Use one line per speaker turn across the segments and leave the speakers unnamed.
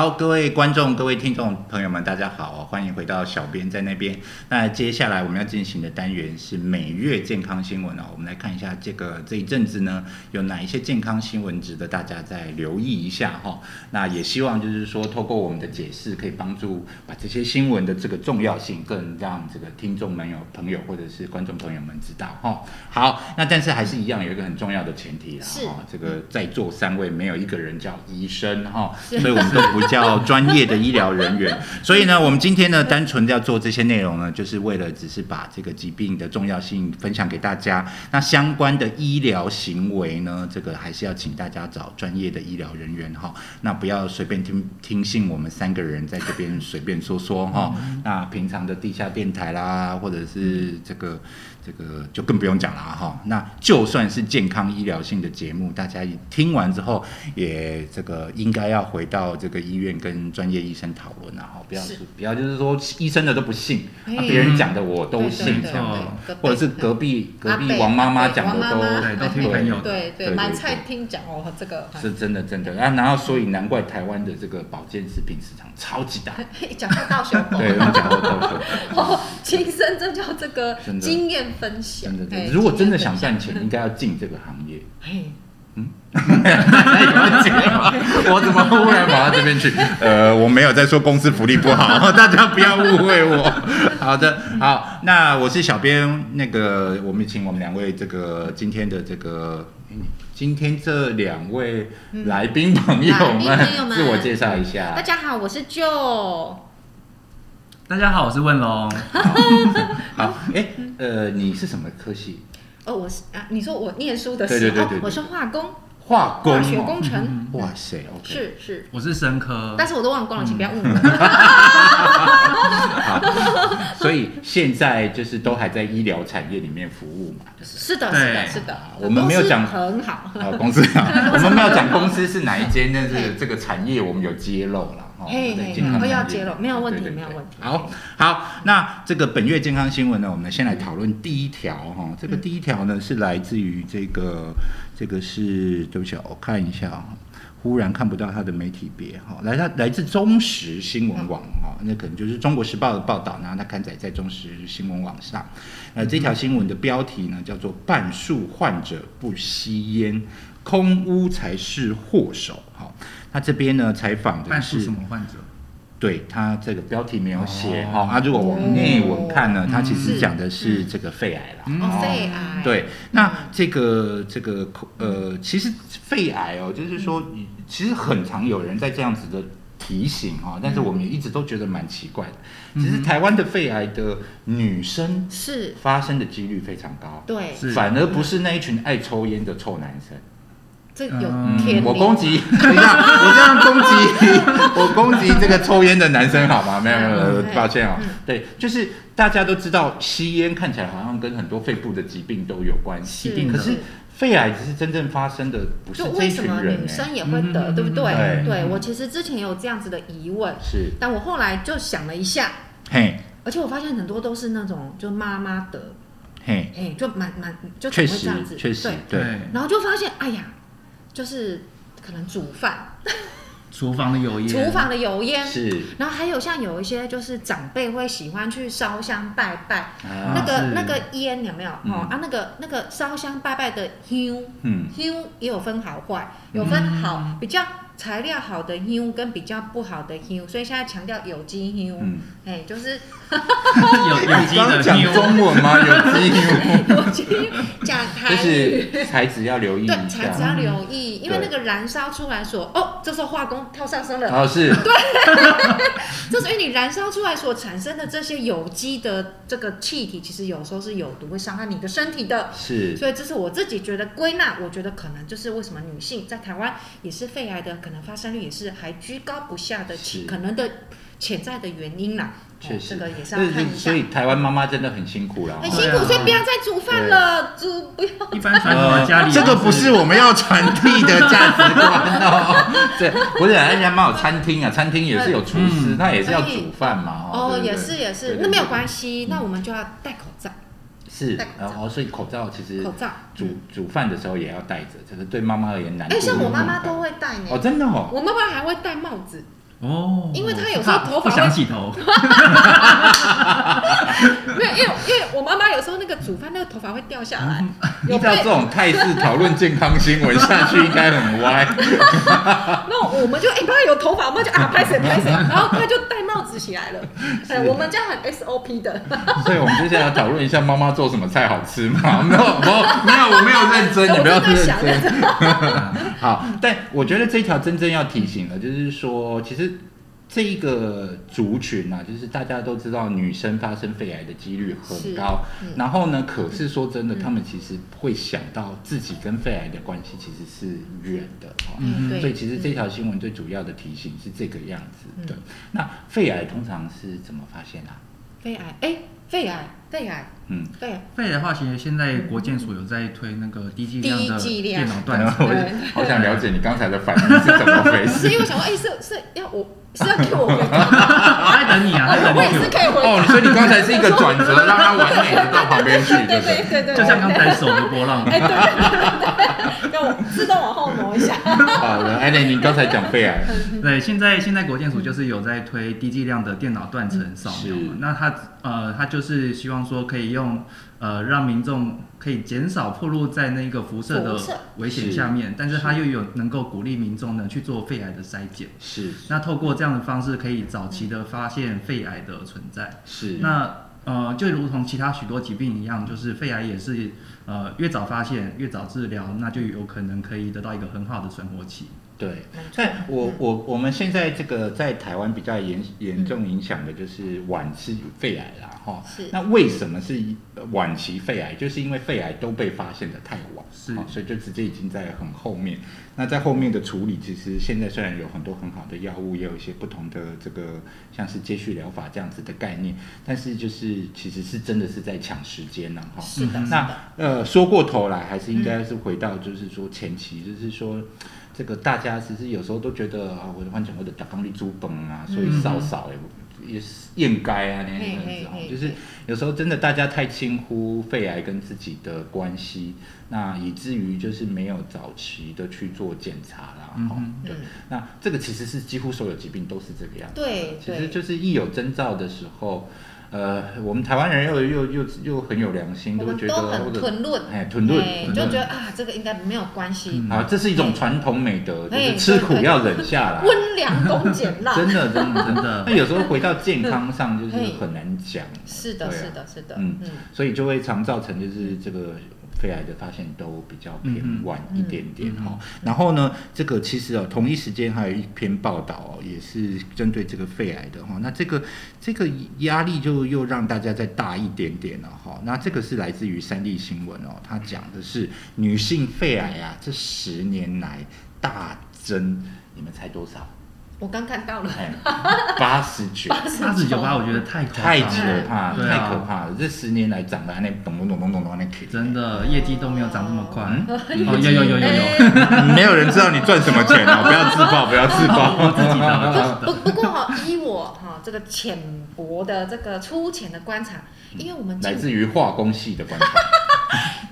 好，各位观众、各位听众朋友们，大家好，欢迎回到小编在那边。那接下来我们要进行的单元是每月健康新闻哦，我们来看一下这个这一阵子呢，有哪一些健康新闻值得大家再留意一下哈、那也希望就是说，透过我们的解释，可以帮助把这些新闻的这个重要性，更让这个听众们有朋友或者是观众朋友们知道哈、好，那但是还是一样有一个很重要的前提啦
是
哈、这个在座三位没有一个人叫医生哈、所以我们都不叫专业的医疗人员。所以呢，我们今天呢，单纯要做这些内容呢，就是为了只是把这个疾病的重要性分享给大家。那相关的医疗行为呢，这个还是要请大家找专业的医疗人员哈、那不要随便听听信我们三个人在这边随便说说哈、那平常的地下电台啦，或者是这个这个就更不用讲了啊哈、那就算是健康医疗性的节目，大家听完之后也这个应该要回到这个医院跟专业医生讨论啊，哈，不要
是
不要就是说医生的都不信，啊
嗯
别人讲的我都
对
信
对
这样子
对对，
或者是隔壁隔壁王妈妈讲的
阿伯王妈妈
都
对都听朋友的
对
对
对，满
对
菜听讲哦，这个
是真的，真的啊！然后所以难怪台湾的这个保健食品市场超级大，
一讲到大熊狗，
对，用脚后豆腐，
哦，亲身这叫这个
真的
经验分享，
真的真
哎
的。如果真的想，赚 钱，应该要进这个行业。
经验
我怎么忽然跑到这边去？呃，我没有在说公司福利不好， 大家不要误会我。好的，好，那我是小编，那个我们请我们两位这个今天的这个。嗯今天这两位来宾朋友
嗯来
们
宾朋友，们
自我介绍一
分享
下
大。家好，我是 Joe，
大家好，我是问龙，
好，
嗯
哎，呃，你是什么科系？
哦，我是啊，你说我念书的
对对
时
对
候哦
对，对
我是化工，
化工、哦，
化学工程，
哇塞，OK，
是是，
我是生科，
但是我都忘光了，请不要
嗯
问我。
好，所以现在就是都还在医疗产业里面服务嘛，对不对
是的，
对
是的，是的，
我们没有讲
公司很好，
啊，公司啊，我们没有讲公司是哪一间，但是这个产业我们有揭露了。哦
嘿
对
嘿
健康
嘿
产业
要揭露没有问题
对对对
没有问题
好，好，那这个本月健康新闻呢，我们先来讨论第一条哈。这
嗯
个第一条呢是来自于这个，这个是对不起啊，我看一下啊，忽然看不到它的媒体别哈，来它来自中时新闻网哈，那可能就是《中国时报》的报道，然后它刊载在中时新闻网上。那这条新闻的标题呢叫做“半数患者不吸烟，空屋才是祸首”哈。那这边呢采访的
半数
是
什么患者？
对他这个标题没有写哈、
哦
啊，如果往内文看呢，
哦
他其实
嗯
讲的是
嗯
这个肺癌啦。
嗯
哦，肺癌，
对，那这个这个呃，其实肺癌哦，就是说，其实很常有人在这样子的提醒哈、哦，但是我们也一直都觉得蛮奇怪的。其实台湾的肺癌的女生
是，
发生的几率非常高，
对，
是
反而不是那一群爱抽烟的臭男生。
这有
嗯
天理，
我攻击， 等一下，我这样攻击，我攻击这个抽烟的男生好吗？没有没有没有，抱歉哦
嗯。
对，就是大家都知道，吸烟看起来好像跟很多肺部的疾病都有关系，
是
一定
可
的
是肺癌只是真正发生的不是
就
这
为
一
什
群
么
人、欸，
女生也会得，
嗯
对不对？
对
我其实之前有这样子的疑问，
是
但我后来就想了一下，
嘿
而且我发现很多都是那种就妈妈得，
嘿，
哎，就蛮蛮就
确
总会这
实
样子，
确实
对。
对，
然后就发现，哎呀，就是可能煮饭、
厨房的油烟，
厨房的油烟，
是
然后还有像有一些就是长辈会喜欢去烧香拜拜，
啊
那个
是
那个烟有没有？哦、
嗯
啊，那个那个烧香拜拜的香。
嗯
香也有分好坏，有分好、比较材料好的香跟比较不好的香，所以现在强调有机香，哎、
嗯，
就是
有有机
你刚
的
讲
妞
中文吗？有 机
有机讲 台
就
语，
是嗯材质要留意一
对，才只
下
要，留意，因为
对
那个燃烧出来所哦，这时候化工跳上升了，
哦 是
这是因为你燃烧出来所产生的这些有机的这个气体，其实有时候是有毒，会伤害你的身体的。
是
所以这是我自己觉得归纳，我觉得可能就是为什么女性在台湾也是肺癌的可能发生率也是还居高不下的
是
其可能的潜在的原因啦。
确
哦，这
实，
个也是要
所以
看一下
所。以台湾妈妈真的很辛苦啦。
很
哦
辛苦，
对啊
所以不要再煮饭了，煮不要。
一般传统的家
呃
里
这个不是我们要传递的价值观哦。对，不是人家蛮有餐厅啊，
嗯
餐厅也是有厨师，
嗯
他也是要煮饭嘛。
哦，
对
也
不对
是也
对
是，
对
那没有
对嗯
关系，那我们就要戴口罩，
是
戴口，罩
然后所以口罩其实
口罩
煮
嗯
煮饭的时候也要戴着，这个对妈妈而言难度
哎，
很高。
像我妈妈都会戴呢
嗯哦，。真的哦，
我妈妈还会戴帽子，
哦，
因为他有时候
怕
头发
不
会
想洗头，
没有，因为因为我妈妈有时候那个煮饭那个头发会掉下来，有
依照这
被
种态势讨论健康新闻下去，应该很歪。
那我们就哎妈、有头发，我们就啊拍谁 拍谁，然后她就戴帽子起来了。哎，我们家很 SOP 的，
所以我们接下来讨论一下妈妈做什么菜好吃嘛？ 没有，没有， 没有，我没有认 真，你不要
我正在
认
想
真。 好，但我觉得这一条真正要提醒的，就是说，其实这一个族群啊，就是大家都知道，女生发生肺癌的几率很高。
是嗯
然后呢，可是说真的，
嗯
他们其实会想到自己跟肺癌的关系其实是远的。哦
嗯，嗯对，
所以其实这条新闻最主要的提醒是这个样子的。那肺癌通常是怎么发现啊？
肺癌，哎，肺癌，肺癌，
嗯，
肺癌，
肺癌的话，其实现在国健署有在推那个低剂量的
低剂量
电脑断
然后，
层
我好想了解你刚才的反应是怎么回
所以
事。
我想问，哎，是是要我是要给我回答，
他在等你啊，他 在
我
等
也
你
是可以回
哦
答，，
所以你刚才是一个转 折，让他完美的到旁边去，对
对
不
对
对？
对对，
就像刚才手的波浪，
哎，对对对对，让我自动往后挪 一下，
好了，艾莲，你刚才讲肺癌，
对，现在现在国健署就是有在推低剂量的电脑断层扫描嘛
嗯是，
那它呃它就是希望说可以用呃让民众可以减少暴露在那个辐射的
辐射
危险
是
下面，但是它
是
又有能够鼓励民众呢去做肺癌的筛检，
是
那透过这样的方式可以早期的发现肺癌的存在。
是
那呃，就如同其他许多疾病一样，就是肺癌也是呃越早发现越早治疗，那就有可能可以得到一个很好的存活期。
对。但我我我们现在这个在台湾比较严严重影响的就是晚期肺癌啦，哈
是。
那为什么是呃晚期肺癌？就是因为肺癌都被发现的太晚，
是
哦所以就直接已经在很后面。那在后面的处理，其实现在虽然有很多很好的药物，也有一些不同的这个像是接续疗法这样子的概念，但是就是其实是真的是在抢时间了，哈。
是嗯的，是的，
哦那呃，说过头来还是应该是回到，就是说前期，就是说这个大家其实有时候都觉得啊，我的环境我的打工力租本啊，所以
嗯
少少也也是应该啊那样
嘿
子
嘿
哈
嘿，
就是有时候真的大家太轻忽肺癌跟自己的关系，那以至于就是没有早期的去做检查啦
嗯
哈
哼。
对
嗯，
那这个其实是几乎所有疾病都是这个样子。
对
其实
对，
就是一有征兆的时候，呃，我们台湾人又又又又很有良心，
我
会
们
觉
都
得
很
或者
吞论，
哎，屯论
哎，
屯
就
论嗯
觉得啊，这个应该没有关系，
好，这是一种传统美德，就
哎
是吃苦要忍下 来。
温良恭俭 让，
真的， 真的，真
真
的。
的
那有时候回到健康上，就是
嘿
很难讲。
是的，
对啊
是的，是的，
嗯
嗯，
所以就会常造成就是这个肺癌的发现都比较偏晚一点点哈、
嗯嗯嗯
哦然后呢，这个其实哦，同一时间还有一篇报道、哦、也是针对这个肺癌的哈、哦。那这个这个压力就又让大家再大一点点了哈、哦。那这个是来自于三立新闻哦，它讲的是女性肺癌啊，这十年来大增，你们猜多少？
我刚看到了，
哎，八十九。
八十九八，我觉得太夸张
太可
了
怕，
对
了，
啊
太可怕了！这十年来涨的那咚咚咚咚咚咚那起，
真的业绩都没有涨这么 快。
嗯
哦，有有有有有，
哎
没有人知道你赚什么钱 啊！不要自爆，不要自
我自己
爆。
的，我自己
不不
的。
过哈，依我哈这个浅薄的这个粗浅的观察，因为我们
来
近
自于化工系的观察，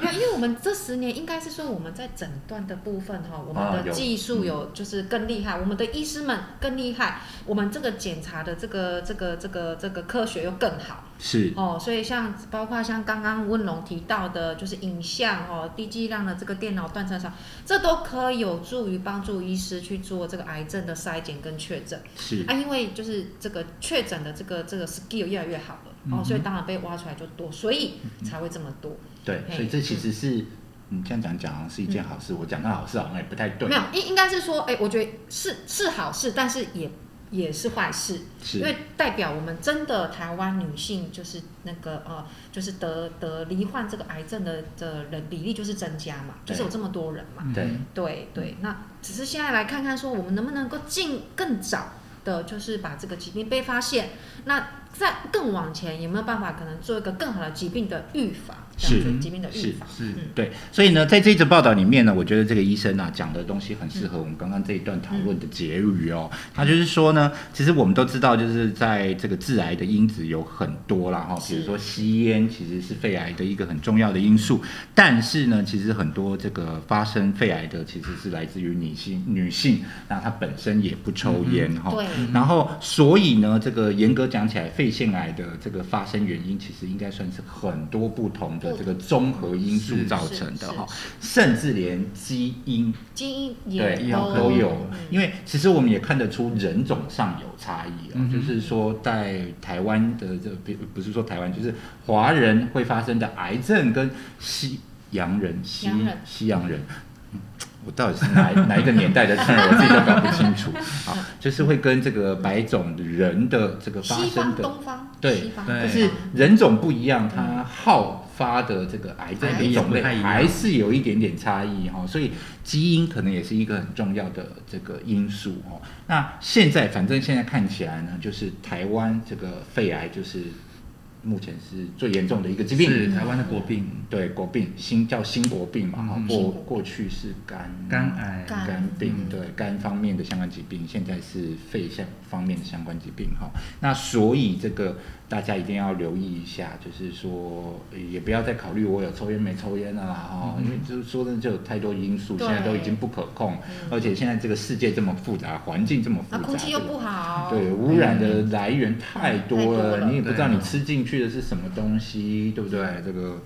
没有，因为我们这十年应该是说我们在诊断的部分哈，我
啊
们
有
的技术有就是更厉害，我们的医师们更厉害，我们这个检查的这个这个这个这个科学又更好
是
哦，所以像包括像刚刚温龙提到的，就是影像哦、低剂量的这个电脑断层扫，这都可以有助于帮助医师去做这个癌症的筛检跟确诊。
是
啊，因为就是这个确诊的这个这个 skill 越来越好了、
嗯
哦，所以当然被挖出来就多，所以才会这么多。
对，所以这其实是你这样讲讲好像是一件好事，我讲到好事好像也不太对
没，有，应应该是说，哎、我觉得是是好事，但是也也是坏事，因
是
为代表我们真的台湾女性就是那个呃，就是得得罹患这个癌症的的人比例就是增加嘛，就是有这么多人嘛。
对
对
嗯
对，那只是现在来看看说，我们能不能够尽更早的，就是把这个疾病被发现，那在更往前有没有办法可能做一个更好的疾病的预防？这样
是
子疾病的预防。
是
嗯
对，所以呢，在这则报道里面呢，我觉得这个医生啊讲的东西很适合我们刚刚这一段讨论的结语哦。他就是说呢，其实我们都知道，就是在这个致癌的因子有很多啦哈，比如
是
说吸烟其实是肺癌的一个很重要的因素，但是呢，其实很多这个发生肺癌的其实是来自于女性，女性，那她本身也不抽烟哈、
对，
嗯然后，所以呢，这个严格讲起来，肺腺癌的这个发生原因，其实应该算是很多不同的这个综合因素
是
造成的
是
哈，甚至连基因
基因也
对
有
都
都
有
嗯，
因为其实我们也看得出人种上有差异啊
嗯，哼
就是说在台湾的这不不是说台湾，就是华人会发生的癌症跟西洋人、西
洋人
西洋人。嗯我到底是哪哪一个年代的人，我自己都搞不清楚
嗯
啊。就是会跟这个白种人的这个发
西
生
方、
的，
东方，
对
西方
对
就
东
是
方
人种不一样，它好发的这个癌症
癌
的
症
种类
哎不太一样
还是有一点点差异哈，所以基因可能也是一个很重要的这个因素哦。那现在反正现在看起来呢，就是台湾这个肺癌就是目前是最严重的一个疾病，
是台湾的国病，
对国病新叫新国病嘛哈
嗯，
过
新国病
过去是肝
肝癌
肝
肝病
嗯
对肝方面的相关疾病，现在是肺相方面的相关疾病哈。那所以这个大家一定要留意一下，就是说呃也不要再考虑我有抽烟没抽烟了啦哈，
嗯
因为就是说真的就有太多因素，
对
现在都已经不可控，
嗯
而且现在这个世界这么复杂，环境这么复杂，
啊，空气又不好，
对，污染的来源太多
哦太多
了，
了
你也不知道
嗯对
你吃进去的是什么东西，对不对？这个，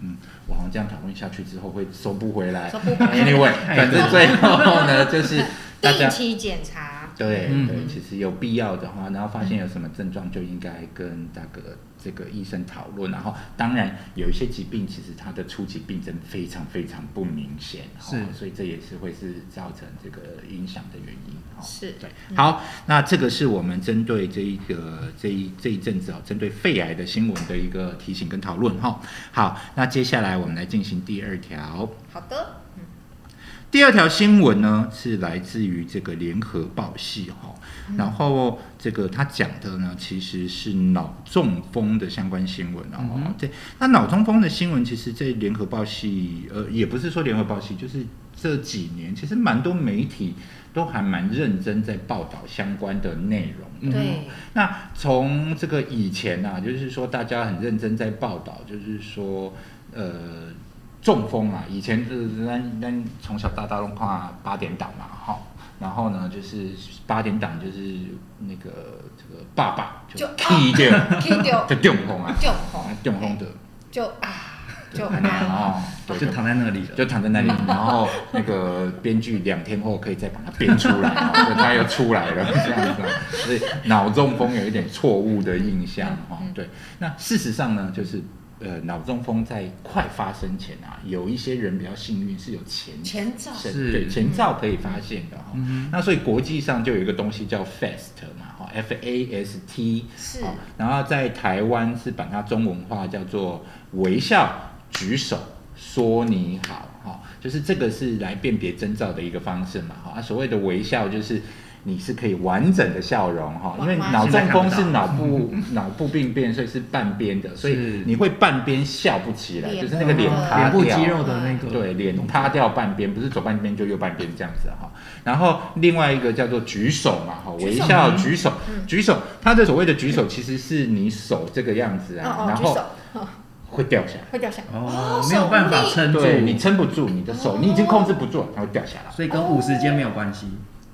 嗯，我好像这样讨论下去之后会收不回来
收。不回来
Anyway，反正最后呢， 就是大家
定期检查，
对
嗯
对，其实有必要的话，然后发
嗯
现有什么症状就应该跟那个这个医生讨论。然后，当然有一些疾病，其实它的初级病症非常非常不明显，
是
哦所以这也是会是造成这个影响的原因。哦
是
对。
嗯
好，那这个是我们针对这一个这一这一阵子哦，针对肺癌的新闻的一个提醒跟讨论哈、哦。好，那接下来我们来进行第二条。
好的，嗯，
第二条新闻呢是来自于这个联合报系哈、
嗯
然后这个他讲的呢其实是脑中风的相关新闻哦。
嗯哼
这那脑中风的新闻，其实在联合报系呃也不是说联合报系，就是这几年其实蛮多媒体都还蛮认真在报道相关的内容的。
嗯
对，
那从这个以前啊，就是说大家很认真在报道，就是说呃中风啊，以前就是咱咱从小到大都看八点档嘛，哈。然后呢，就是八点档，就是那个这个爸爸就
就
踢掉，
踢掉
就中风啊，
就红
中风的，
就啊就
很难
啊，
哦，对
就躺在那里了。
就躺在那里，
嗯
然后那个编剧两天后可以再把它编出来，哦所以他又出来了，这样子，所以脑中风有一点错误的印象哈、哦
嗯嗯。
对，那事实上呢，就是呃，脑中风在快发生前啊，有一些人比较幸运是有前
前兆嗯
是
是
对前兆可以发现的哈、
嗯
那所以国际上就有一个东西叫 FAST 嘛，哈，F A S T，
是
好哦然后在台湾是把它中文化叫做微笑、举手、说你好，哈、就是这个是来辨别征兆的一个方式嘛，哈、啊，所谓的微笑就是。你是可以完整的笑容哈，因为
哇
脑中风是
现在看不
脑部 脑部病变，所以是半边的，所以
是
你会半边笑不起来，
脸
就是那个脸
部
塌
哦脸部
掉，
肌肉的那个
对，脸塌掉半边，不是左半边就右半边这样子啊哈。然后另外一个叫做举手嘛，哈，微
举手
笑举手
嗯，
举手，它的所谓的举手其实是你手这个样子啊，
哦哦，
然
举
后
手哦
会掉下来，
会掉下来，
哦，没
手
有办法
力
撑住，
对你撑不住你的手，
哦
你已经控制不住了，它会掉下来
所以跟五十肩没有关系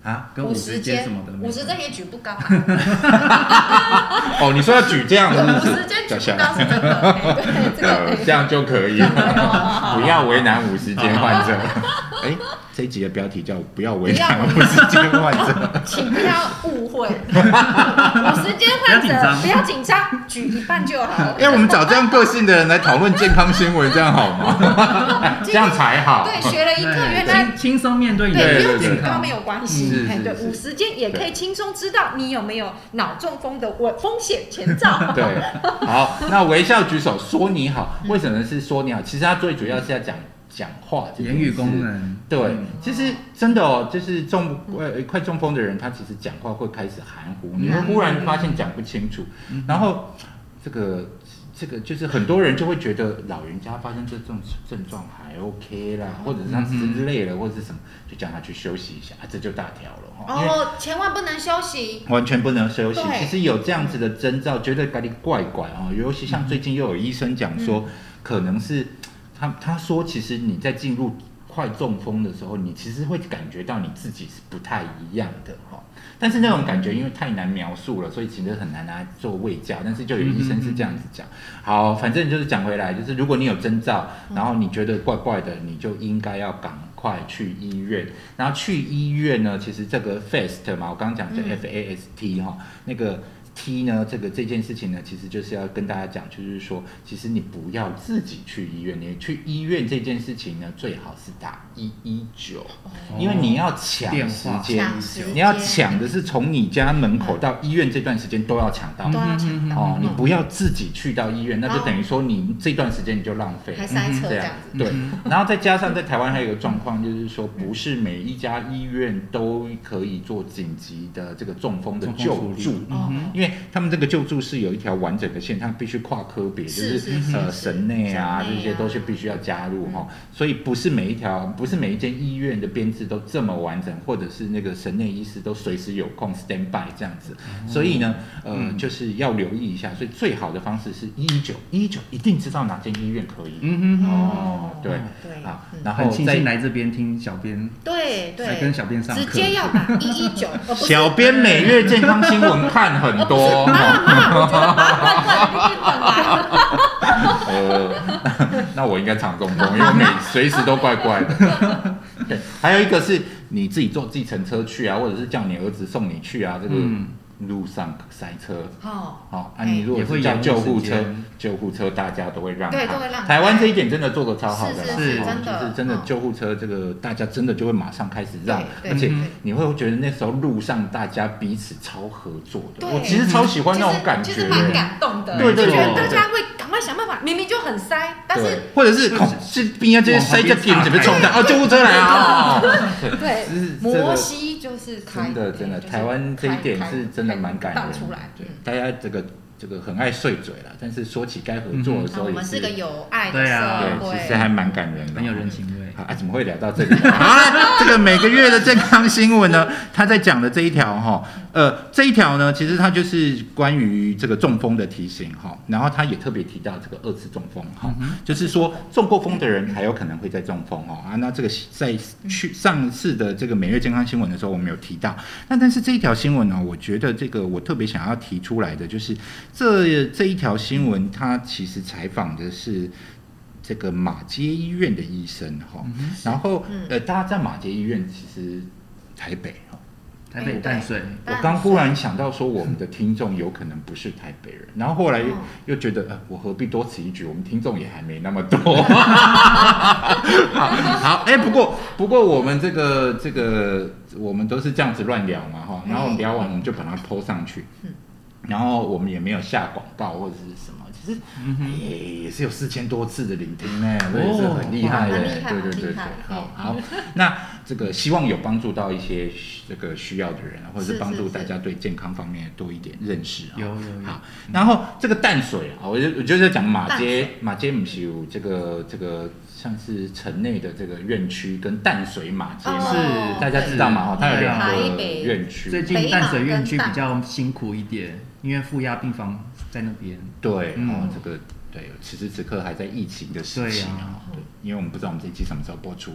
啊。
跟
五
十
十
肩
肩
什么的没有
五
关
十
系，
肩也举不高啊，
哦，你说要举这样是
五
不
十
是
肩？举
掉下
不
来
高。是真的，哎哦对，这个
这样就可以了，不要为难五十肩患者。
哦
哎，这一集的标题叫“不要为难五十肩患者
请不要误 会，五十肩患
不要紧张
者不要紧张，举一半就”。 好。
哎，我们找这样个性的人来讨论健康新闻，这样好吗？这样才好。
对，学了一课，原来
轻轻松面对你
对，
对
没有
对
举
对
健
高
康
没，有关
是
系，哎
是
对，
是
五十肩也可以轻松知道你有没有脑中风的我风险前兆。
对，好，那微笑举手说你好，为什么是说你好？其实它最主要是要讲讲话，
言语功。能
对，
嗯
其实真的哦，就是中呃快中风的人，他其实讲
嗯
话会开始含糊，你会忽然发现讲不清楚，然后这个这个就是很多人就会觉得老人家发生这种症状还 OK 啦，
嗯
或者是他之累了，或者是什么，就叫他去休息一下，啊、这就大条了哈。因为
哦，千万不能休息。
完全不能休息。
对
其实有这样子的征兆，觉得该你怪怪哦。尤其
嗯
像最近又有医生讲说，可能是他他说，其实你在进入快中风的时候，你其实会感觉到你自己是不太一样的哈、哦。但是那种感觉因为太难描述了，所以其实很难拿来做胃教。但是就有医生是这样子讲。好，反正就是讲回来，就是如果你有征兆，然后你觉得怪怪的，你就应该要赶快去医院。然后去医院呢，其实这个 FAST 嘛，我刚刚讲的
嗯
F A S T 哈、那个 T 呢，这个这件事情呢，其实就是要跟大家讲，就是说，其实你不要自己去医院，你去医院这件事情呢，最好是打一一九，因为你要抢
哦电
时
话
间
抢时，
你要
间
抢的是从你家门口到医院这段时间都要抢到
都。要抢到
哦，你
嗯
不要自己去到医院，那就
哦
等于说你这段时间你就浪费了。嗯
还塞车这样子，
对，
嗯
然后再加上在台湾还有一个状况，就是说不是每一家医院都可以做紧急的这个中风的救
中风处
助
理，
哦，
因为他们这个救助是有一条完整的线，他们必须跨科别，就是
是是
呃
是
神内啊
神内啊
这些都是必须要加入哈、所以不是每一条，不是每一间医院的编制都这么完整，或者是那个神内医师都随时有空 stand by 这样子，所以呢，呃，
嗯
就是要留意一下，所以最好的方式是一九一九一定知道哪间医院可以，
嗯哼哼，
哦
哦，
对
对
啊
嗯，
然后
很庆幸
再
来这边听小编
对
来
对，
跟小编上
直
课，
接要打一一 九，哦不是
小编每月健康新闻看很 多，
我觉得八怪怪的一定 等来，
呃， 那我应该常中风，因为我每随时都怪怪的。 对，还有一个是你自己坐计程车去啊，或者是叫你儿子送你去啊，这个
嗯
路上塞车。
哦，
好、啊，
哎
你如果
也会
是叫
延误
救护
时
车
间，
救护车大家都会让
对
开
都会让
台湾
开
这一点真的做的超好的
是
啦，
是
是
哦
真的
就是真的
嗯
救护车这个大家真的就会马上开始让
对，对
而且
对
你会觉得那时候路上大家彼此超合作的，
对
我其实超喜欢那种
其实
感觉
其
的，
实蛮感动的，
对对
就觉
对
得大家会赶快想办法，明明就很塞，但
对
是嗯
或者是恐是边要这些塞在边准备 冲他，哦，救护车来啊！哦
对
是这个
摩西就是开，
真的真的，
就是
台湾这一点
开
是真的蛮感人
开
的
到出来，
对
嗯，
大家这个这个很爱碎嘴啦，但是说起该合作的时
啊
候
我
也
们是
是，
个
对，
有爱的
对
社
啊
会，
其实还蛮感人的，
很有人情味。
啊，怎么会聊到这里？ 好了，啊这个每个月的健康新闻呢，他在讲的这一条哈，呃，这一条呢，其实它就是关于这个中风的提醒哈，然后他也特别提到这个二次中风哈，就是说中过风的人还有可能会再中风哦啊，那这个在去上次的这个每月健康新闻的时候，我们有提到，那但是这一条新闻呢，我觉得这个我特别想要提出来的就是这这一条新闻，它其实采访的是。这个马街医院的医生哈，然后、
嗯
呃，大家在马街医院其实台北哈，
台北淡水，
我
淡
刚
水
忽然想到说我们的听众有可能不是台北人，然后后来又,、
哦
又觉得呃，我何必多此一举？我们听众也还没那么 多。好，好，哎、不过不过我们这个这个我们都是这样子乱聊嘛哈，然后
嗯
聊完我们就把它抛上去。然后我们也没有下广告或者是什么，其实、
嗯
也也是有四千多次的聆听呢，这也是很厉害的，
哦哇蛮
对对
厉害蛮厉
对对
害，
好好。
嗯
那这个希望有帮助到一些这个需要的人，啊或者是
是
帮助
是
大家对健康方面多一点认识啊。
有有有
好，然后这个淡水啊，我就我就是讲马
淡
街
水
马街姆是有这个这个像是城内的这个院区跟淡水马街嘛，
哦
是
大家知道嘛？哦，它有
对
两
啊
台
个
北
院区，
最近淡水院区比较辛苦一点，因为负压病房在那边。
对，
嗯
哦，这个对，此时此刻还在疫情的时期
对啊
哦对，因为我们不知道我们这一期什么时候播出。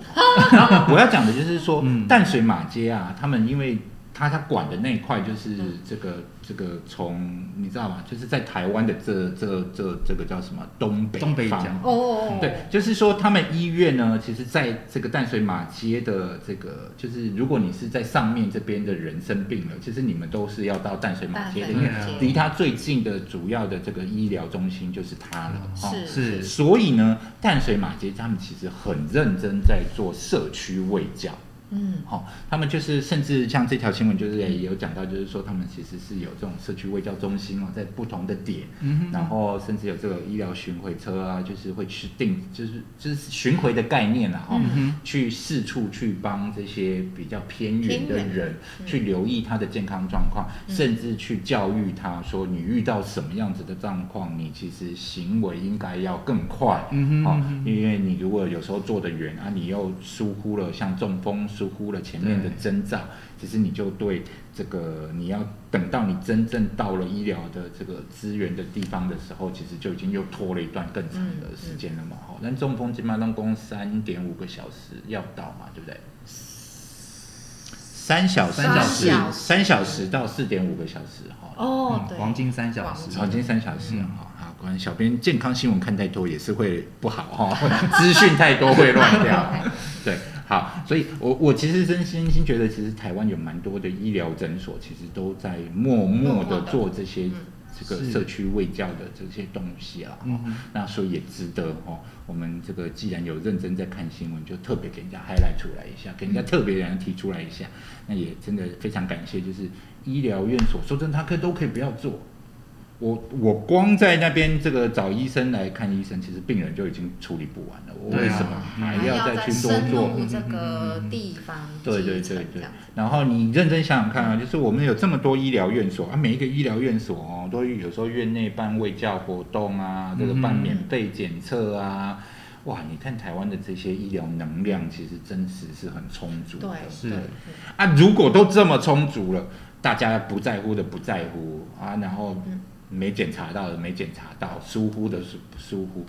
然 后我要讲的就是说，
嗯
淡水马街啊，他们因为他他管的那一块就是这个、这个从你知道吗？就是在台湾的这这这这个叫什么东北
东北
方
角
哦哦，哦
对，，就是说他们医院呢，其实在这个淡水马街的这个，就是如果你是在上面这边的人生病了，其实你们都是要到淡水马街的，
淡水
因为
马街
离它最近的主要的这个医疗中心就是它了。哦
是
是
所以呢，淡水马街他们其实很认真在做社区卫教。
嗯，
好、他们就是甚至像这条新闻，就是也有讲到，就是说他们其实是有这种社区卫教中心哦，在不同的点，
嗯哼
然后甚至有这个医疗巡回车啊，就是会去定，就是就是巡回的概念啊啦、哈、
嗯
哼
去四处去帮这些比较偏远的
偏
人
嗯
去留意他的健康状况，甚至去教育他说，你遇到什么样子的状况，你其实行为应该要更快，
嗯哼
哦
嗯哼
因为你如果有时候坐得远啊，你又疏忽了，像中风疏忽了前面的
对
征兆，其实你就对这个你要等到你真正到了医疗的这个资源的地方的时候，其实就已经又拖了一段更长的时间了嘛。哈、那中风起码当工三点五个小时要到嘛，对不对？三小时，
三小时
三小时到四点五个小时哈。
哦
嗯，
对，
黄金三小时
黄金三小时啊、啊！果然小编健康新闻看太多也是会不好哈、 资讯太多会乱掉。对，好，所以我我其实真心心觉得，其实台湾有蛮多的医疗诊所，其实都在默默
默默
的
地
做这些、
嗯
这个
是
社区卫教的这些东西啊、
嗯
哦
哼
那所以也值得哦。我们这个既然有认真在看新闻，就特别给人家 highlight 出来一下，给人家特别人家提出来一下。那也真的非常感谢，就是医疗院所，说真的，他可都可以不要做。我我光在那边这个找医生来看医生，其实病人就已经处理不完了，我
对
为
啊
什么
嗯
还
还
要
要
再
再
去多
深
做？
入这个地方
嗯对对
基层
对
这
对
样，嗯
然后你认真想想看啊，就是我们有这么多医疗院所啊，每一个医疗院所哦，都有时候院内办卫教活动啊，这个办
嗯
免费检测啊，哇，你看台湾的这些医疗能量，其实真实是很充足的。
对嗯
是
对
啊，如果都这么充足了，大家不在乎的不在乎啊，然后
嗯
没检查到的没检查到，疏忽的疏疏忽，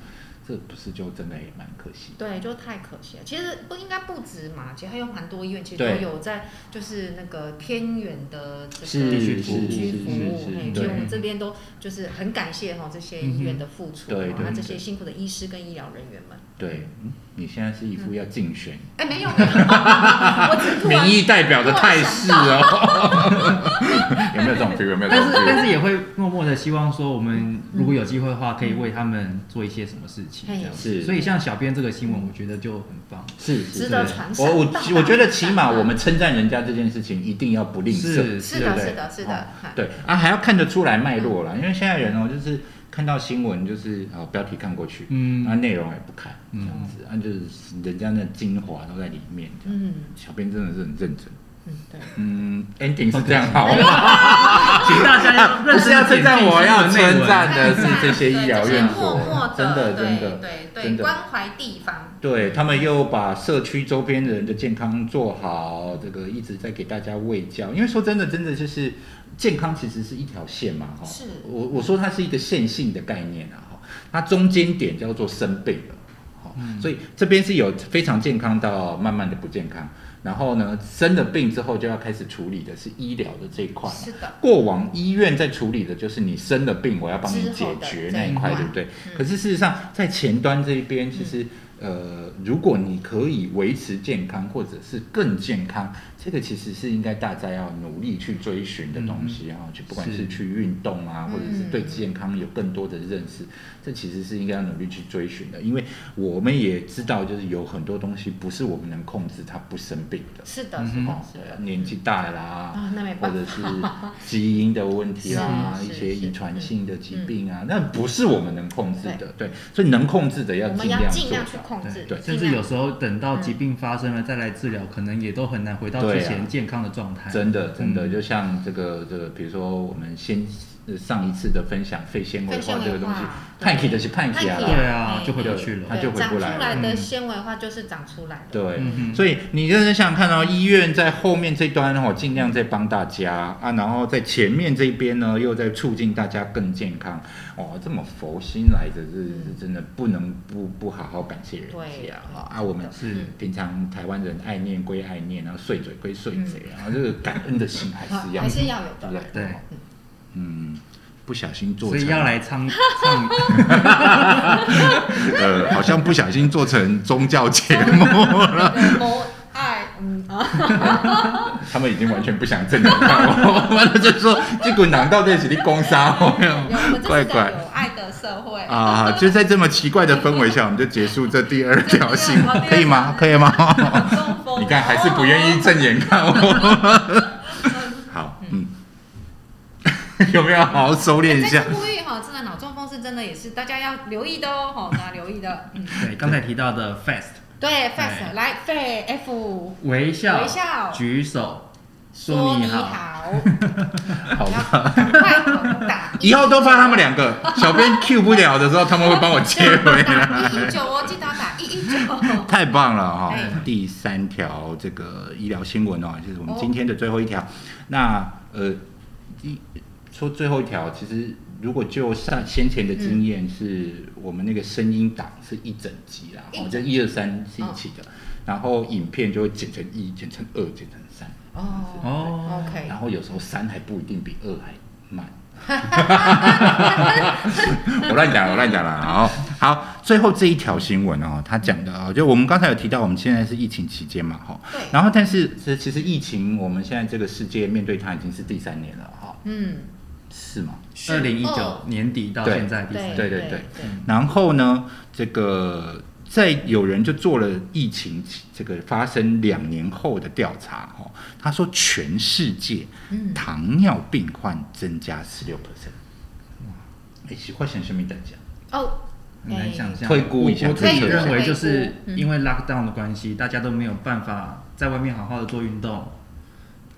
这不是就真的也蛮可惜的。
对，就太可惜了。其实不应该不止嘛，其实还有蛮多医院其实都
对
有在，就是那个偏远的这个
是
地
是是
区服务
是是，
嘿
是
所以我
对
们这边都就是很感谢哈这些医院的付出，
嗯对
哈
对
那
对
这些辛苦的医师跟医疗人员们。
对，嗯你现在是一副要竞选
哎，没有， 没有我只是突然
民意代表的态势哦， 有没有这种 feel？有没有这
但
种
是但
feel？
是也会默默的希望说，我们如果有机会的话，可以为他们做一些什么事情这样
嘿
子。
是
所以像小编这个新闻，我觉得就很棒。
是
值
是，
得传承
我我
大大
我觉得起码我们称赞人家这件事情一定要不吝啬，
是
是
对不
的，
对
是的，是
哦
的，哈
对啊，还要看得出来脉络啦，因为现在人哦，就是看到新闻就是啊、标题看过去，
嗯
啊内容也不看
嗯
这样子，啊就是人家那精华都在里面这样。
嗯
小编真的是很认真，
嗯，对。
嗯，ending 是这样好吗？
请大家要
不
认
啊是
真
要
地
称
点
赞
进
我，
新
要
闻内文
称赞的是
对
这些医疗院所
就是默默，
真的
的
真的
对对
真
对，
的
关怀地方，
对他们又把社区周边的人的健康做好，这个一直在给大家喂教。因为说真的，真的就是健康其实是一条线嘛，哈。
是
我我说它是一个线性的概念啊，哈，它中间点叫做生病了。哈所以这边是有非常健康到慢慢的不健康，然后呢，生了病之后就要开始处理的是医疗的这一块嘛。
是的，
过往医院在处理的就是你生了病，我要帮你
之
解
后的
决
这
那一
一
块，
块
对不对？
嗯
可是事实上，在前端这一边，其实、呃，如果你可以维持健康，或者是更健康，这个其实是应该大家要努力去追寻的东西啊，就不管
是
是去运动啊，或者是对
嗯
健康有更多的认识，这其实是应该要努力去追寻的，因为我们也知道，就是有很多东西不是我们能控制它不生病的。
是的，
嗯
是
哼
的
哦，
是
对
的
啊，，年纪大啦，
啊那没
或
办
者
法
是基因的问题啦，
是
一
是
些
是嗯
遗传性的疾病啊，那不是我们能控制的，对，
对
所以能控制的要
我
尽
们要
量
尽
做
量去
到。
控制，
对
甚
尽
至
量
有时候等到疾病发生了再来治疗，可能也都很难回到
对啊
之前健康的状态。
真的，真的，
嗯
就像这个这个，比如说我们先呃上一次的分享肺纤维
分
化
纤
这个
维
东西
化，
叛逆的是叛逆啊
叛逆
啦，
对啊
哎
就会不去了
它就
对
回不
长出
来了。
来
嗯
的纤维化就是长出来的，
对，
嗯哼
所以你认真想想看哦，医院在后面这端哦，尽量在帮大家啊，然后在前面这边呢，又在促进大家更健康哦，这么佛心来的，这是真的不能不不好好感谢人
对
家啊！啊，我们
是
平常台湾人爱念归爱念，然后碎嘴归碎嘴，然后这个感恩的心还
好
是要，
还是要有
嗯对
的
不 对？
对
哦嗯，不小心做
所
成，
以要来唱唱
呃，好像不小心做成宗教节目了。
对某爱， 嗯啊，
他们已经完全不想正能量了， 完了就说这滚党到底是你攻杀我
有我们这
怪
是个
怪
有爱的社会，
啊！就在这么奇怪的氛围下，我们就结束这第二条新
这第二
闻，
条
可以吗？可以吗？
中风
哦
啊
你看还是不愿意正眼看我。好，嗯， 哎有没有好好收敛一
在
下？
哎这呼吁哈，真的脑中风是真的也是大家要留意的哦，哈，大家留意的。嗯，
对，刚才提到的 fast，
对，fast 来 f f
微笑，
微笑
举手，
说
你
你
好，
好，
好
要
吧，
赶快好打。
以后都发他们两个，小编 Q 不了的时候，他们会帮我接回来。
打一一九哦，记得要打一一九。
太棒了哈、
哎
第三条这个医疗新闻哦，就是我们
哦
今天的最后一条。那呃，一说最后一条，其实如果就上先前的经验，
嗯
是我们那个声音档是一整集啦，哦，
一
就
整哦
一二三是一起的，然后影片就会剪成一、剪成二、剪成三，
哦
哦，
，OK，
然后有时候三还不一定比二还慢。 我乱讲，我乱讲了。好，好，最后这一条新闻哦，他讲的哦，就我们刚才有提到，我们现在是疫情期间嘛，哈、
对
然后，但是其实其实疫情，我们现在这个世界面对它已经是第三年了，哈、
嗯，
是吗？
二零一九年底到
对
现在第三
对
对对
对
对，然后呢，这个在有人就做了疫情这个发生两年后的调查，哈、他说全世界
嗯
糖尿病患增加十六 percent，哎，是发生什么代价？
哦，
很难想象。
推估一下
我我自
推
己
估一下
认为就是
推估嗯
因为 lockdown 的关系，大家都没有办法在外面好好的做运动，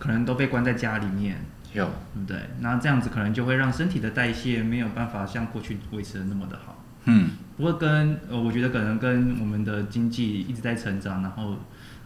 可能都被关在家里面，
有
对不对？那这样子可能就会让身体的代谢没有办法像过去维持的那么的好。
嗯，
不过跟呃，我觉得可能跟我们的经济一直在成长，然后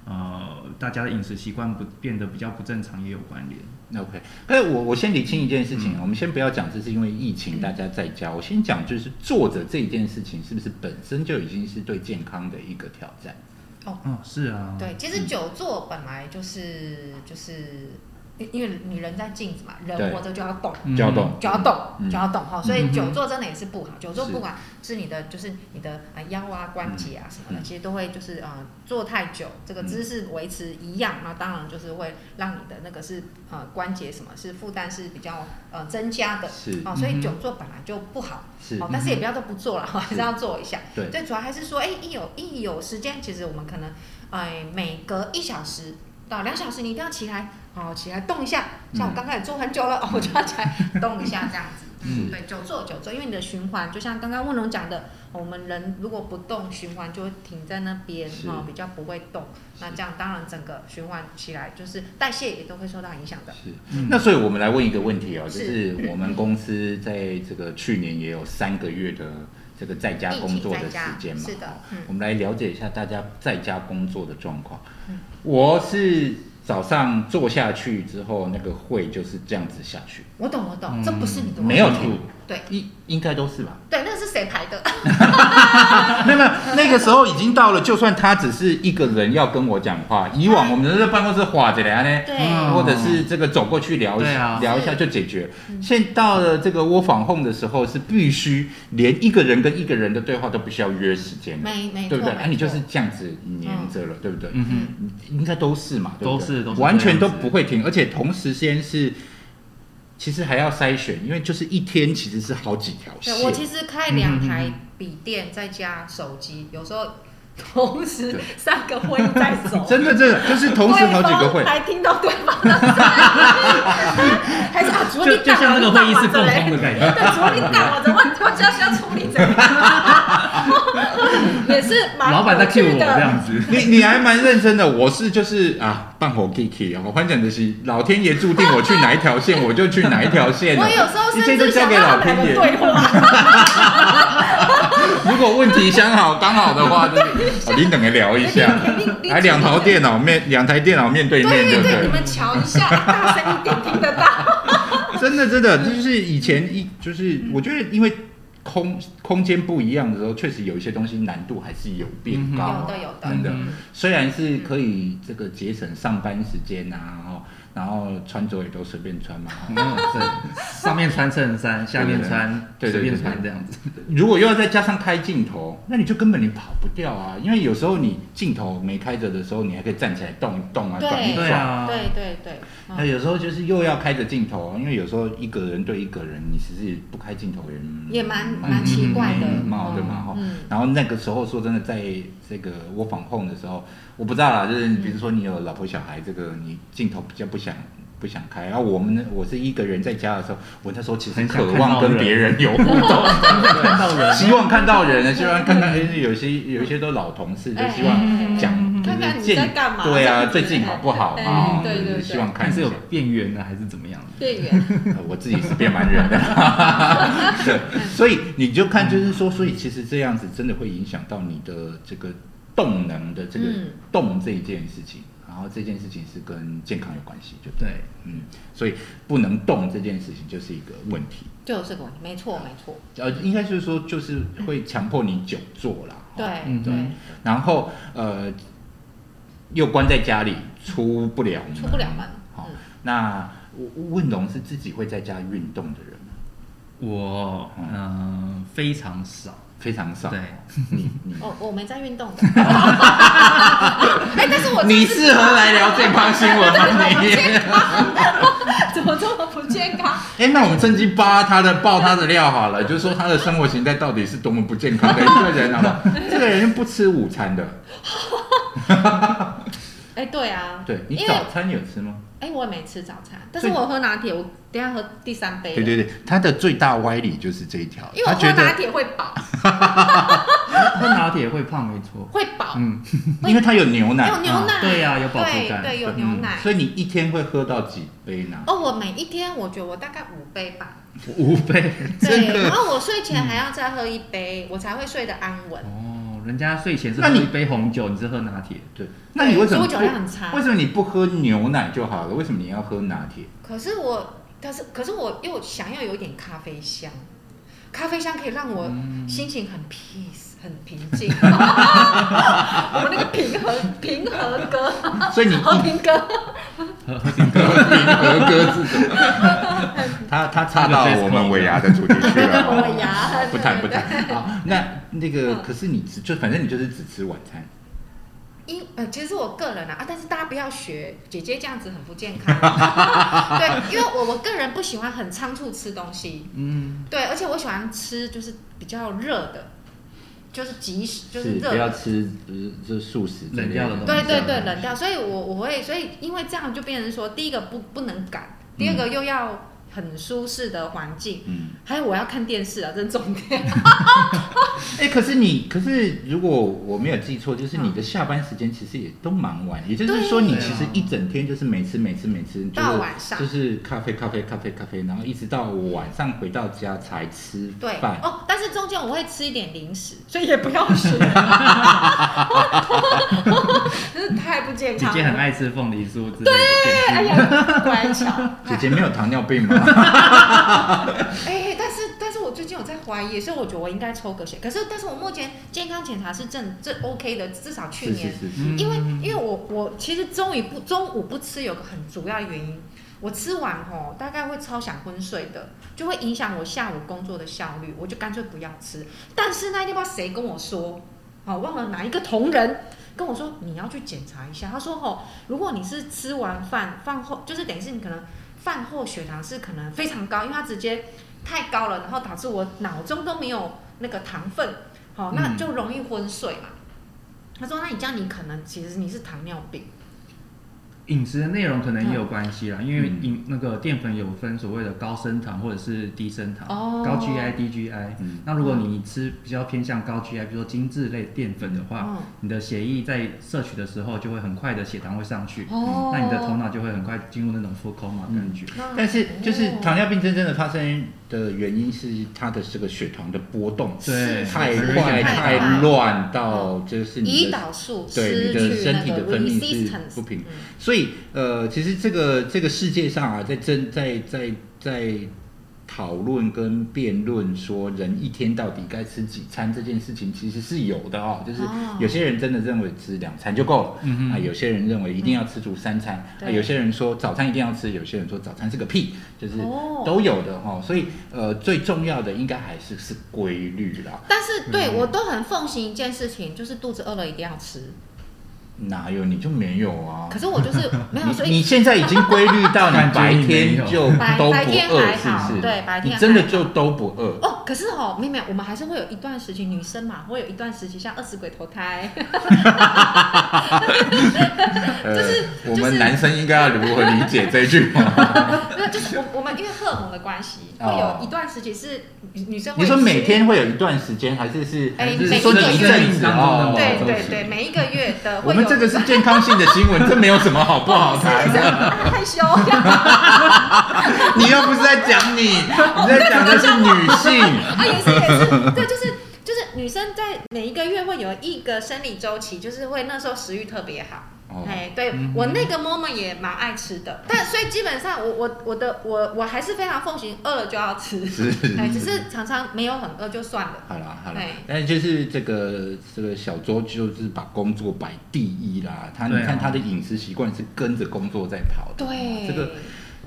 呃，大家的饮食习惯不变得比较不正常也有关联。
OK，但是我我先理清一件事
嗯
情，啊我们先不要讲这是因为疫情大家在家，我先讲就是坐着这件事情是不是本身就已经是对健康的一个挑战？
哦，是啊，
对，其实久坐本来就是就是，因因为你人在静止嘛，人
对
活着就要动。
嗯
交动
就要动，
嗯
就要动哈，所以
嗯哼
久坐真的也是不好。久坐
是
不管是你的就是你的啊腰啊关节啊什么的，
嗯
其实都会就是呃坐太久，这个
嗯
姿势维持一样，那当然就是会让你的那个是呃关节什么是负担是比较呃增加的
是
哦，所以
嗯哼
久坐本来就不好
是
哦，但是也不要都不做了， 还是要做一下。
对
最主要还是说，哎，一有一有时间，其实我们可能哎每隔一小时到两小时，你一定要起来哦，起来动一下。像我
嗯
刚开始坐很久了，哦，我就要起来动一下这样子。嗯，对，久坐久坐，因为你的循环就像刚刚问龙讲的，我们人如果不动，循环就会停在那边
是
哦，比较不会动。那这样当然整个循环起来，就是代谢也都会受到影响的。
是
嗯，
那所以我们来问一个问题哦，就是是我们公司在这个去年也有三个月的这个在家工作的时间
疫情
嘛，
在家是的
哦
嗯
我们来了解一下大家在家工作的状况
嗯。
我是早上坐下去之后，那个会就是这样子下去，
我懂，我懂，
嗯
这不是你的问题
没有停，
对
应应该都是 吧？
对，那是谁排的？
那么那个时候已经到了，就算他只是一个人要跟我讲话，以往我们都在办公室划着聊呢，
对，
嗯
或者是这个走过去聊一
对啊
下，聊一下就解决。现到了这个窝访控的时候，是必须连一个人跟一个人的对话都不需要约时间的，
没没错，
对不对？啊，
没
你就
错
是这样子黏着了，对不对？
嗯哼。
嗯，
应该都是嘛，对不对
都是都是啊
完全
这
都
样子
不会停，而且同时间是。其实还要筛选，因为就是一天其实是好几条线。
对我其实开两台笔电，再加手机，有时候同时
对
三个会议在手。
真的真的就是同时好几个会
对方，还听到对方的声音，还是啊，主
就
任你
就像那个会议室
共
共通的感觉。
对，主任你干我这问题，我就要需要处理这个，也是蛮
老板在
有趣
cue 我
的
这样子，
你你还蛮认真的，我是就是啊，半火 Kiki 啊，我反正就是老天爷注定我去哪一条线，我就去哪一条线了。啊
我有时候
一切
甚
都
至
交
想
给
要他
老天
们两个
爷
对。话，
如果问题相好刚好的话，就是哦你等个聊一下
肯定肯，定
还两台电脑面两台电脑面对
对
面，
对
不
对，你
对？
们瞧一下，大声一点听得到。
真的真的，就是以前一就是我觉得因为。空空间不一样的时候，确实有一些东西难度还是有变高啊、
嗯有的有的
真的
嗯。
虽然是可以这个节省上班时间啊，哦，然后穿着也都随便穿嘛。哦哈
嗯，对，上面穿衬衫，下面穿
对对
随
对
便穿这样子。
如果又要再加上开镜头，那你就根本你跑不掉啊，因为有时候你镜头没开着的时候，你还可以站起来动一动啊，
对
转一
对
转。
啊，
对对对，
那有时候就是又要开着镜头，因为有时候一个人对一个人，你其实不开镜头也
也蛮
嗯
蛮奇怪的
嗯蛮好的嘛哈。
嗯
然后那个时候说真的，在这个我访控的时候，我不知道啦，就是比如说你有老婆小孩，这个你镜头比较不想。不想开，然、后我们呢，我是一个人在家的时候，我那时候其实
很 想
渴
看
望
到
跟
人
别人有互动，
看到人，
希望看到人，希望看到哎有些有一些都老同事，就希望
哎
讲就
看看
是
你
见
在干嘛
对
这
啊，
样子
最近好不好
哎
嘛？哦
对对对
希望看
看
一下
是有变圆的还是怎么样的？
店员，
呃我自己是变蛮人的，对， 所以你就看，就是说，所以其实这样子真的会影响到你的这个动能的这个
嗯
动这一件事情，然后这件事情是跟健康有关系，就对，
对，
嗯，所以不能动这件事情就是一个问题。
就是这个问题，没错没错，
呃，应该就是说，就是会强迫你久坐啦。哦
对
嗯
对，
然后呃，又关在家里出不了门，
出不了门
好、
嗯
那问问龙是自己会在家运动的人吗？
我
嗯
嗯、呃非常少，
非常少。
对，
你你
哦，我没在运动的，哎，但是我
你适合来聊健康新闻吗？你
怎么这么不健康？
哎，那我们趁机扒他的爆他的料好了，就是说他的生活形态到底是多么不健 康的一个人，好不好？这个人不吃午餐的，
哎，对啊，
对你
因为
早餐有吃吗？
哎，我也没吃早餐，但是
所以
我喝拿铁，我等一下喝第三杯，
对对，对，他的最大歪理就是这一条，
因为
他
我喝
觉
拿
得，
铁会饱，
喝拿铁会胖没错。
会饱，
嗯，
因为他有牛奶，嗯
有牛奶，
嗯对啊有饱腹
对
感
对，有
对
牛奶。
所以你一天会喝到几杯呢？
哦，我每一天我觉得我大概五杯 吧，
五杯。
真的
对，然后我睡前还要再喝一杯，我才会睡得安稳。
哦，人家睡前是
那
喝
你
一杯红酒，你是喝拿铁。
对，那你为什么
所以我酒量很差
不？为什么你不喝牛奶就好了？为什么你要喝拿 铁？
可是我，可是可是我又想要有一点咖啡香，咖啡香可以让我
嗯
心情很 peace，很平 静。 我那个平衡平衡哥，
所以你一
和平哥，
合歌 是什么？ 他他插到我们尾牙的主题去了。
我牙
不谈不 谈。啊，那那
嗯
个可是你只就反正你就是只吃晚餐，
因呃，其实我个人啊，啊，但是大家不要学姐姐这样子很不健康。 对，因为我我个人不喜欢很仓促吃东西，
嗯，
对，而且我喜欢吃就是比较热的，就是即食，就是是热
不要
的。
吃呃这素食之类
冷掉的东西
对对对，冷掉。所以我我会，所以因为这样就变成说，第一个不不能赶，第二个又要很舒适的环境，
嗯，
还有我要看电视啊，这是重点。
哎，可是你可是如果我没有记错，就是你的下班时间其实也都蛮晚，也就是说你其实一整天就是每次每次每次就是
到晚上
就是咖啡咖啡咖啡咖啡，然后一直到晚上回到家才吃
对
饭。
哦，但是中间我会吃一点零食，所以也不要 学，真是太不健
姐
康了。
姐很爱吃凤梨酥之类的
哎
点心。
呀，乖巧。
姐姐没有糖尿病 吗？
哎、但是但是我最近有在怀疑，所以我觉得我应该抽个血。可是，但是我目前健康检查是正正 OK 的，至少去
是
年
是是是，
嗯
因为因为我我其实中午不中午不吃有个很主要的原因，我吃完吼大概会超想昏睡的，就会影响我下午工作的效率，我就干脆不要吃。但是那一天不知道谁跟我说，哦忘了哪一个同仁跟我说你要去检查一下，他说吼如果你是吃完饭饭后就是等于是你可能饭后血糖是可能非常高，因为它直接太高了，然后导致我脑中都没有那个糖分，好、那
嗯
就容易昏睡嘛。他说：“那你这样，你可能其实你是糖尿病。
饮食的内容可能也有关系啦，因为饮那个淀粉有分所谓的高升糖或者是低升糖，
哦
高 GI、低 GI
嗯。
那如果你吃比较偏向高 GI，比如说精致类淀粉的话
嗯，
你的血液在摄取的时候就会很快的血糖会上去，
哦嗯
那你的头脑就会很快进入那种 full coma 感觉。
那
但是就是糖尿病真正的发生的原因是它的这个血糖的波动
对，
太
很容易
快
变胖
太
太乱到就是你
胰
的
岛素
对
失
你
去
的身体
那
的
个
分泌是
resistance，
不平
嗯，
所以呃，其实这个这个世界上啊，在真在在在讨论跟辩论说人一天到底该吃几餐这件事情，其实是有的哦。就是
哦
有些人真的认为吃两餐就够了，
嗯哼
啊，有些人认为一定要吃足三餐，
嗯对
啊，有些人说早餐一定要吃，有些人说早餐是个屁，就是
哦
都有的哈、哦。所以呃，最重要的应该还是是规律啦。
但是
嗯
对我都很奉行一件事情，就是肚子饿了一定要吃。
哪有你就没有啊？
可是我就是 没有，所
你你
以
现在已经规律到 你
感觉
白
你没
天
有
就
白
都不
白天
饿，
还
是
好
不是？
对白天
你真的
还好
就都不饿。
哦，可是哦，没有没有，我们还是会有一段时期，女生嘛，会有一段时期像饿死鬼投胎， 就是
呃、我们男生应该要如何理解这句 话？
没有，就是我我们因为荷尔蒙的关系，
哦
会有一段时期是女女生会
你说
吃
每天会有一段时间，还是是
哎
还是
每
说
一个
你一
月
阵子哦？
对
这么
对
久
对，每一个月的会
我
有
们这个是健康性的新闻，这没有什么好不好
是
谈
是
的。
啊害羞，这样
你又不是在 讲你，你在讲的是女性。
啊也是也是，对，就是就是女生在每一个月会有一个生理周期，就是会那时候食欲特别好。
哦
哎，对
嗯
我那个 moment 也蛮爱吃的，但所以基本上我我我的我我还是非常奉行饿了就要吃，
是
哎，只是常常没有很饿就算了。
好啦好啦
哎，
但就是这个这个小周就是把工作摆第一啦，他你
对啊
看他的饮食习惯是跟着工作在跑的，
对，
哦这个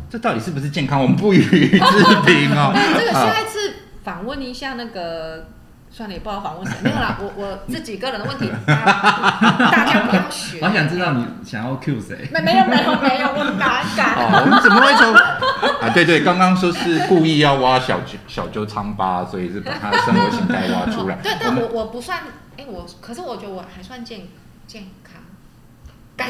这到底是不是健康？我们不予置评哦。
哎 这个
啊
下一次访问一下那个，算了，也不知道访问谁，没有啦，我我自己个人的问题，大大家不要学。
我想知道你想要 Q 谁？
没没有没有没有，我哪敢？。
哦，我们怎么会从啊？对对，刚刚说是故意要挖小揪小揪疮疤，所以是把他的生活形态挖出来
对，
我
但
们
我我不算，哎，我可是我觉得我还算健健康，感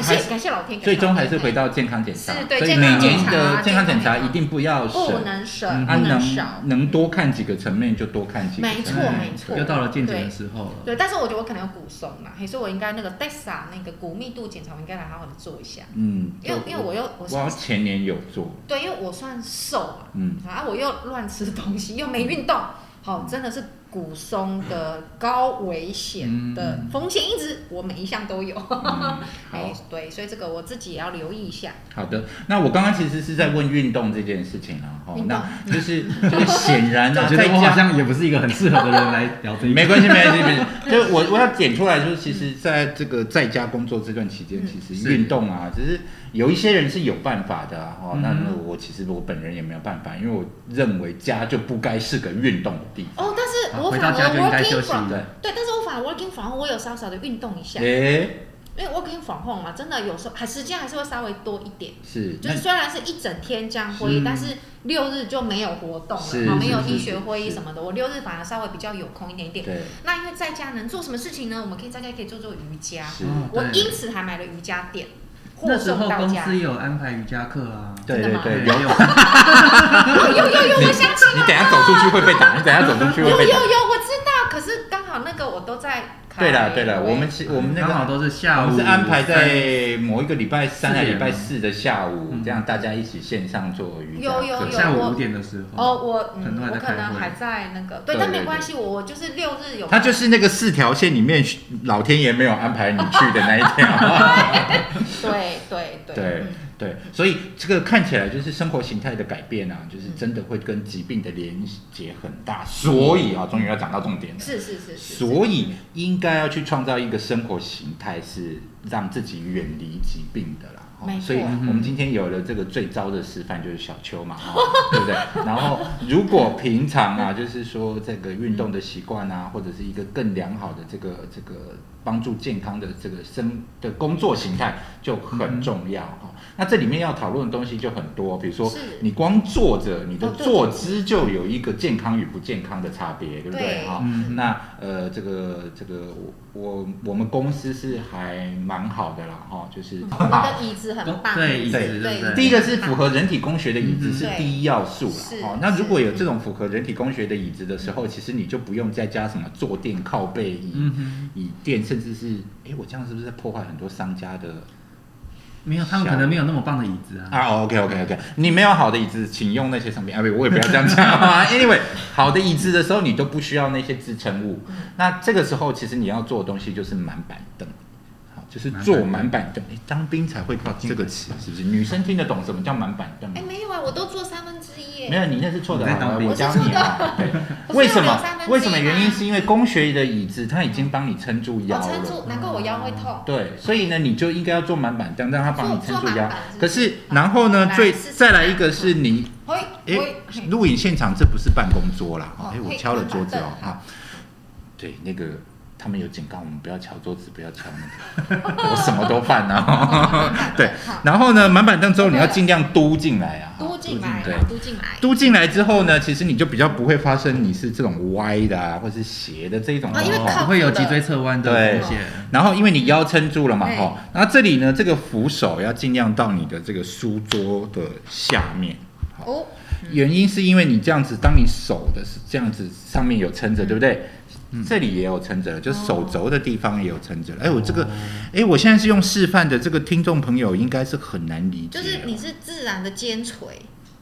还
谢
是
感谢老天，
最终还是
感谢
回到
老天
健康检查，
是对
所以
健
每
康
年
检查
的健康检查
健康检查
一定不要
不
省，
能省，
嗯
不
啊
能
能
少。
能多看几个层面就多看几个层
没
面，
错没错
嗯又到了健检的时候了。
对，但是我觉得我可能有骨松嘛，还是我应该那个 DEXA 那个骨密度检查，我应该来好好的做一下，
嗯，
因为因为我又我
我好
算
像前年有做，
对，因为我算瘦嘛，
嗯，
啊，我又乱吃东西，又没运动，好、真的是骨松的高危险的风险因子，我每一项都有。
嗯
哎
好，
对，所以这个我自己也要留意一下。
好的。那我刚刚其实是在问运动这件事情啊，哦
运，动
那就是就是显然呢、
我
啊，
觉
在
得我好
家
像也不是一个很适合的人来聊这一
没关系，没关系，没关 系。就是我我要点出来，就是其实在这个在家工作这段期间，
嗯
其实
是
运动啊，只是有一些人是有办法的啊哦。那
嗯
那我其实我本人也没有办法，因为我认为家就不该是个运动的地方。
哦，但是我
啊回
反
到
而
家就应该
working
休息
from
对，
对，但是我反而 working from home，我有稍稍的运动一下，
诶、
因为 working from home 啊嘛，真的有时候还时间还是会稍微多一点。
是
就
那
是虽然是一整天这样会议，
是
但是六日就没有活动了，啊
是
哈没有
是是
医学会议
是
什么的，我六日反而稍微比较有空一点点。
对
那因为在家能做什么事情呢？我们可以在家可以做做瑜伽。
是
哦
我
对
因此还买了瑜伽垫，
那
护
时
送
候
到
公
家。
司也有安排瑜伽课啊。
对
真
对
的吗
对，有
有
有有有有，
你
我想 起
你等一下走出去会被打，你等一下走出去
有
会
有
被打。
有，我知道。可是刚好那个我都在开会。
对了对了，我们是我们那
刚好
个
都是
我
下午
们是安排在某一个礼拜三还是礼拜
四
四的下午，
嗯
这样大家一起线上做瑜伽
有有
课
有
下午五点的时候。
哦，我
很
嗯，
多
我
人在
可
开
能
会
还在那个，对，
对
但
对
没
对
关系，我我就是六日有。
他就是那个四条线里面，老天爷没有安排你去的那一条。
对对对
对
嗯
对，所以这个看起来就是生活形态的改变啊，就是真的会跟疾病的连接很大。所以啊，终于要讲到重点了。
是是是是。是
所以应该要去创造一个生活形态，是让自己远离疾病的啦。哦
没错
所以我们今天有了这个最糟的示范，就是小秋嘛， 哦对不对？然后如果平常啊，就是说这个运动的习惯啊，或者是一个更良好的这个这个帮助健康的这个生的工作形态就很重要哈、哦那这里面要讨论的东西就很多，比如说
嗯是
你光坐着，你的
哦对
坐姿就有一个健康与不健康的差别，对不哦对？
对
哈、
嗯
那呃，这个这个我我我们公司是还蛮好的啦，哈、就是、
我们嗯的椅子很棒，
对椅子，
对
对不对？
第一个是符合人体工学的椅子
嗯
是
对
第一要素啦
是，
哦，那
是
如果有这种符合人体工学的椅子的时候，其实你就不用再加什么坐垫、靠背椅、
嗯哼，
椅垫，甚至是，哎，我这样是不是在破坏很多商家的
没有，他们可能没有那么棒的椅子啊。
啊，OK OK OK，你没有好的椅子，请用那些商品啊，不，我也不要这样讲啊。anyway，好的椅子的时候，你都不需要那些支撑物。那这个时候，其实你要做的东西就是满板凳。好，就是坐满板凳。哎，当兵才会到这个词，是不是？女生听得懂什么叫满板凳吗
哎，？没有啊，我都做三分之一
没
耶。
有，你那是错的
你
啊
在当！兵
我教你啊。对，为什么
我是有两三分之一吗？
为什么原因是因为工学的椅子它已经帮你撑住腰
我撑
了。
住，难怪我腰会痛。
对，所以呢，你就应该要坐满板凳，让它帮你撑
坐
住
坐
腰
满板是不。是
可是，然后呢，
来
最
试试
再来一个是你
喂
哎
喂，嘿，
录影现场这不是办公桌啦，
哦
哦哎，我
嘿
敲了桌子哦
慢，慢
啊，对，那个他们有警告我们不要敲桌子，不要敲那个， 我什么都犯啊， 对，
好
然后呢，满板凳之后你要尽量嘟进来啊，
嘟进来
对，
嘟进来。
嘟进来之后呢，其实你就比较不会发生你是这种歪的啊，或是斜的这一种
啊因为
状况
靠着
不哦会有脊椎侧弯的
对
风险。
然后因为你腰撑住了嘛，
对
哈，那这里呢，这个扶手要尽量到你的这个书桌的下面，好
哦，
原因是因为你这样子，当你手的是这样子上面有
嗯
撑着，对不对？这里也有撑着，
哦
就手肘的地方也有撑着。哎、我这个，哎，我现在是用示范的，这个听众朋友应该是很难理解
就
哦。
是你是自然的肩垂，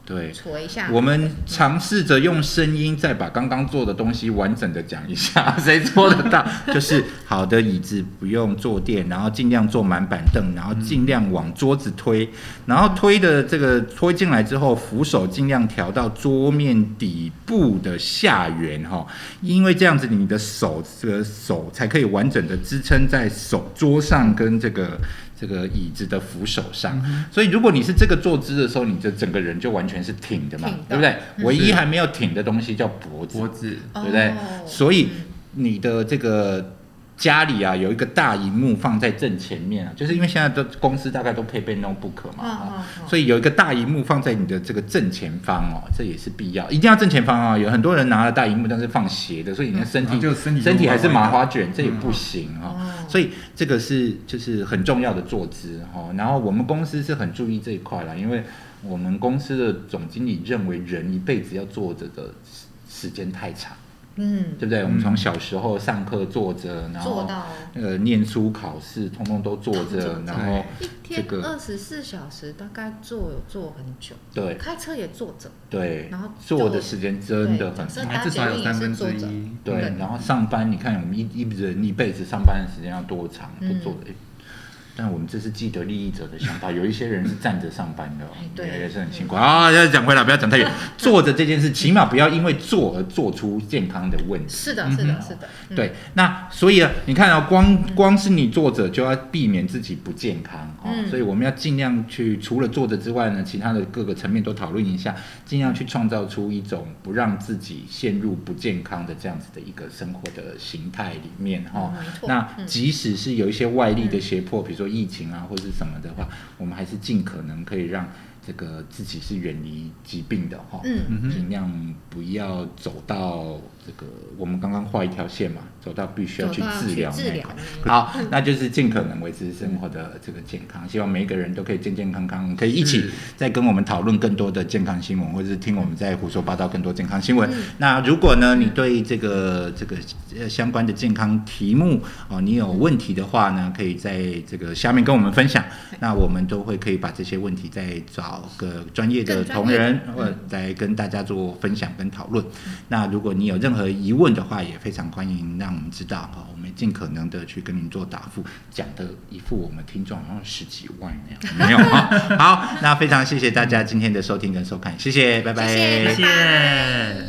对，
垂一下。
我们尝试着用声音再把刚刚做的东西完整的讲一下， 谁做得到？就是好的椅子不用坐垫，然后尽量坐满板凳，然后尽量往桌子推，然后推的这个推进来之后，扶手尽量调到桌面底部的下缘哈，因为这样子你的手这个手才可以完整的支撑在手桌上跟这个这个椅子的扶手
嗯
上。所以如果你是这个坐姿的时候，你的整个人就完全是挺的嘛
挺的，
对
嗯
不对？唯一还没有挺的东西叫脖子，
脖子
对不对？
哦
所以
嗯
你的这个。家里啊有一个大荧幕放在正前面啊，就是因为现在都公司大概都配备 notebook 嘛，
嗯
啊
嗯嗯
所以有一个大荧幕放在你的这个正前方哦，这也是必要，一定要正前方啊、有很多人拿了大荧幕，但是放斜的，所以你的身体、
嗯就身体
身体还是
就歪歪
麻
的
花卷，这也
嗯
不行哦。
哦
所以这个是就是很重要的坐姿哦。然后我们公司是很注意这一块啦，因为我们公司的总经理认为人一辈子要坐着的时时间太长，
嗯，
对不对？我们从小时候上课坐着，然
做
后
到哦
呃念书考试，通通都坐 着，然后
一
这
天
个
二十四小时，大概坐有坐很久，
对
开车也坐着，
对
然后，
坐的时间真的很
对
长。
这
还至少有三分之
搭捷运
一。
对
对，
然后上班，你看我们一一人一辈子上班的时间要多长？不
嗯
做的。诶哎但我们这是既得利益者的想法，有一些人是站着上班的哦
哎，对
也也是很辛苦啊。要讲回来，不要讲太远。坐着这件事，起码不要因为坐而做出健康的问题。
是的，是的，是的，嗯，
对，那所以啊，你看啊、光光是你坐着就要避免自己不健康哦，
嗯
所以我们要尽量去除了坐着之外呢，其他的各个层面都讨论一下，尽量去创造出一种不让自己陷入不健康的这样子的一个生活的形态里面哈、哦
嗯没错
那
嗯
即使是有一些外力的胁迫，比如说疫情啊或是什么的话，我们还是尽可能可以让。这个自己是远离疾病的哈、哦，
嗯嗯哼
尽量不要走到这个，我们刚刚画一条线嘛，走到必须要去治疗
走到
那一
去
块
治。
好，那就是尽可能维持生活的这个健康，希望每一个人都可以健健康康，可以一起
是
再跟我们讨论更多的健康新闻，或者是听我们在胡说八道更多健康新闻。那如果呢，你对这个这个呃相关的健康题目哦，你有问题的话呢，可以在这个下面跟我们分享，那我们都会可以把这些问题再找个专业的
更专
同
业的
仁或者呃来跟大家做分享跟讨论。那如果你有任何疑问的话，也非常欢迎让我们知道哈，我们尽可能的去跟您做答复，讲的一副我们听众好像十几万那样，没有啊。好，那非常谢谢大家今天的收听跟收看，谢谢，拜拜。
谢谢
谢谢。